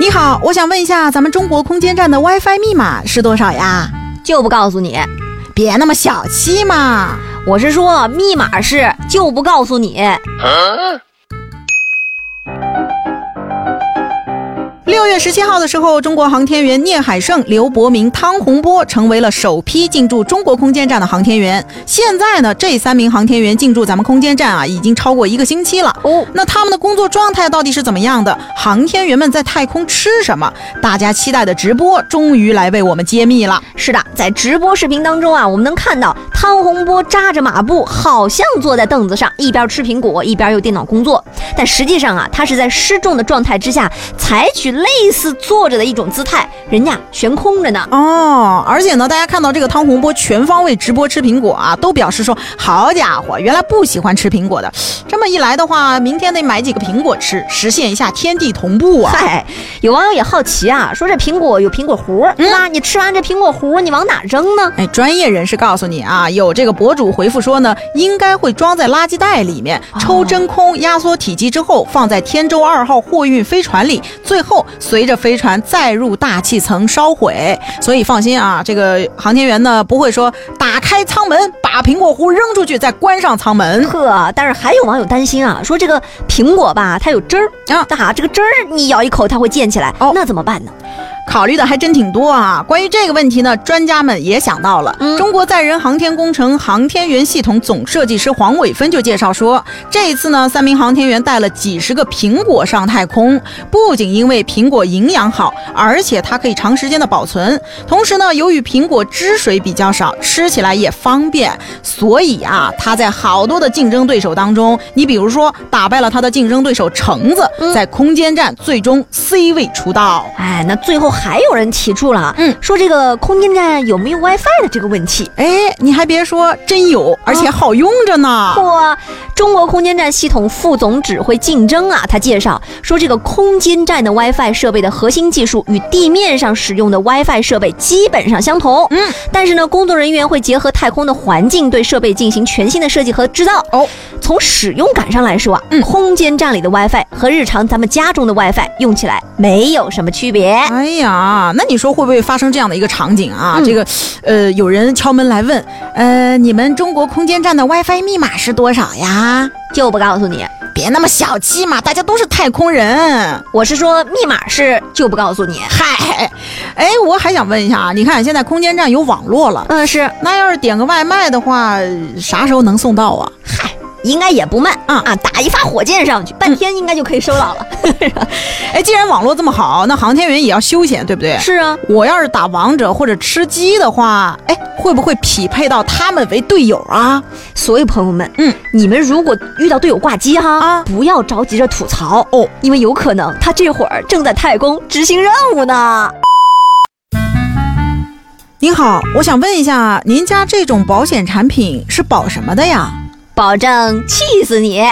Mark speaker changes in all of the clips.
Speaker 1: 你好，我想问一下，咱们中国空间站的 WiFi 密码是多少呀？
Speaker 2: 就不告诉你。
Speaker 1: 别那么小气嘛！
Speaker 2: 我是说，密码是就不告诉你。
Speaker 1: 六月十七号的时候，中国航天员聂海胜、刘伯明、汤洪波成为了首批进驻中国空间站的航天员。现在呢，这三名航天员进驻咱们空间站啊，已经超过一个星期了。
Speaker 2: 哦，
Speaker 1: 那他们的工作状态到底是怎么样的？航天员们在太空吃什么？大家期待的直播终于来为我们揭秘了。
Speaker 2: 是的，在直播视频当中啊，我们能看到汤洪波扎着马步，好像坐在凳子上，一边吃苹果，一边用电脑工作。但实际上啊，他是在失重的状态之下，采取类似坐着的一种姿态，人家悬空着呢。
Speaker 1: 哦，而且呢，大家看到这个汤洪波全方位直播吃苹果啊，都表示说，好家伙，原来不喜欢吃苹果的，这么一来的话，明天得买几个苹果吃，实现一下天地同步啊。
Speaker 2: 嗨，有网友也好奇啊，说这苹果有苹果核，那你吃完这苹果核，你往哪扔呢？
Speaker 1: 哎，专业人士告诉你啊，有这个博主回复说呢，应该会装在垃圾袋里面，抽真空、压缩体积之后，放在天舟二号货运飞船里，最后随着飞船载入大气层烧毁。所以放心啊，这个航天员呢不会说打开舱门把苹果核扔出去再关上舱门。
Speaker 2: 呵，但是还有网友担心啊，说这个苹果吧，它有汁儿
Speaker 1: 啊
Speaker 2: 那哈这个汁儿你咬一口它会溅起来，
Speaker 1: 哦
Speaker 2: 那怎么办呢？
Speaker 1: 考虑的还真挺多啊。关于这个问题呢，专家们也想到了。
Speaker 2: 嗯
Speaker 1: 中国载人航天工程航天员系统总设计师黄伟芬就介绍说，这一次呢，三名航天员带了几十个苹果上太空，不仅因为苹果营养好，而且它可以长时间的保存。同时呢，由于苹果汁水比较少，吃起来也方便，所以啊，它在好多的竞争对手当中，你比如说打败了它的竞争对手橙子，
Speaker 2: 嗯
Speaker 1: 在空间站最终 C 位出道。
Speaker 2: 哎，那最后还有人提出了，啊
Speaker 1: 嗯，
Speaker 2: 说这个空间站有没有 WiFi 的这个问题。
Speaker 1: 哎，你还别说，真有，而且好用着呢。
Speaker 2: 或中国空间站系统副总指挥竞争啊，他介绍说，这个空间站的 WiFi 设备的核心技术与地面上使用的 WiFi 设备基本上相同。
Speaker 1: 嗯，
Speaker 2: 但是呢，工作人员会结合太空的环境对设备进行全新的设计和制造。
Speaker 1: 哦，
Speaker 2: 从使用感上来说啊，
Speaker 1: 嗯
Speaker 2: 空间站里的 WiFi 和日常咱们家中的 WiFi 用起来没有什么区别。
Speaker 1: 哎呀，那你说会不会发生这样的一个场景啊？
Speaker 2: 嗯
Speaker 1: 这个，呃，有人敲门来问，呃，你们中国空间站的 WiFi 密码是多少呀？
Speaker 2: 就不告诉你，
Speaker 1: 别那么小气嘛，大家都是太空人。
Speaker 2: 我是说密码是就不告诉你。
Speaker 1: 嗨，哎，我还想问一下啊，你看现在空间站有网络了，
Speaker 2: 嗯，是
Speaker 1: 那要是点个外卖的话，啥时候能送到啊？
Speaker 2: 应该也不慢
Speaker 1: 嗯
Speaker 2: 啊，打一发火箭上去，半天应该就可以收到了。
Speaker 1: 哎，既然网络这么好，那航天员也要休闲，对不对？
Speaker 2: 是啊，
Speaker 1: 我要是打王者或者吃鸡的话，哎，会不会匹配到他们为队友啊？
Speaker 2: 所以朋友们，
Speaker 1: 嗯，
Speaker 2: 你们如果遇到队友挂机哈，
Speaker 1: 啊
Speaker 2: 不要着急着吐槽
Speaker 1: 哦，
Speaker 2: 因为有可能他这会儿正在太空执行任务呢。
Speaker 1: 您好，我想问一下，您家这种保险产品是保什么的呀？
Speaker 2: 保证气死你！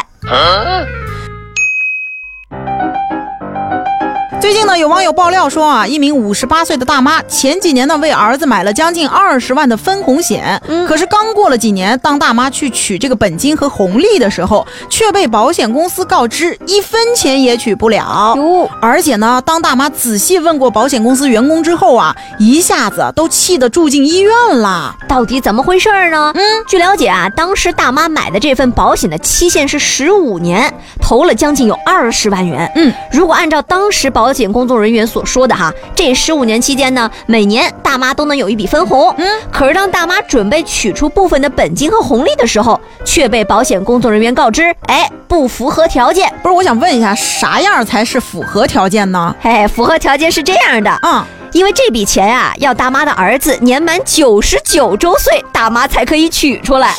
Speaker 1: 最近呢，有网友爆料说啊，一名五十八岁的大妈前几年呢为儿子买了将近二十万的分红险，
Speaker 2: 嗯
Speaker 1: 可是刚过了几年，当大妈去取这个本金和红利的时候，却被保险公司告知一分钱也取不了。
Speaker 2: 哟，
Speaker 1: 而且呢，当大妈仔细问过保险公司员工之后啊，一下子都气得住进医院了。
Speaker 2: 到底怎么回事儿呢？嗯，据了解啊，当时大妈买的这份保险的期限是十五年，投了将近有二十万元。
Speaker 1: 嗯，
Speaker 2: 如果按照当时保险工作人员所说的哈，这十五年期间呢，每年大妈都能有一笔分红。
Speaker 1: 嗯，
Speaker 2: 可是当大妈准备取出部分的本金和红利的时候，却被保险工作人员告知，哎，不符合条件。
Speaker 1: 不是，我想问一下，啥样才是符合条件呢？
Speaker 2: 哎，符合条件是这样的，
Speaker 1: 啊、
Speaker 2: 因为这笔钱啊，要大妈的儿子年满九十九周岁，大妈才可以取出来。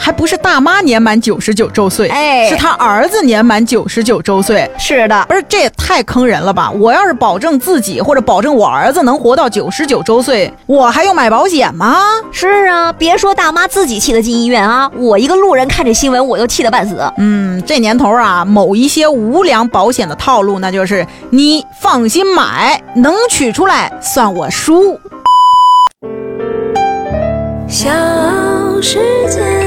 Speaker 1: 还不是大妈年满九十九周岁，
Speaker 2: 哎
Speaker 1: 是她儿子年满九十九周岁。
Speaker 2: 是的，
Speaker 1: 不是，这也太坑人了吧！我要是保证自己或者保证我儿子能活到九十九周岁，我还用买保险吗？
Speaker 2: 是啊，别说大妈自己气得进医院啊，我一个路人看这新闻我都气得半死。
Speaker 1: 嗯，这年头啊，某一些无良保险的套路，那就是你放心买，能取出来算我输。
Speaker 3: 小世界。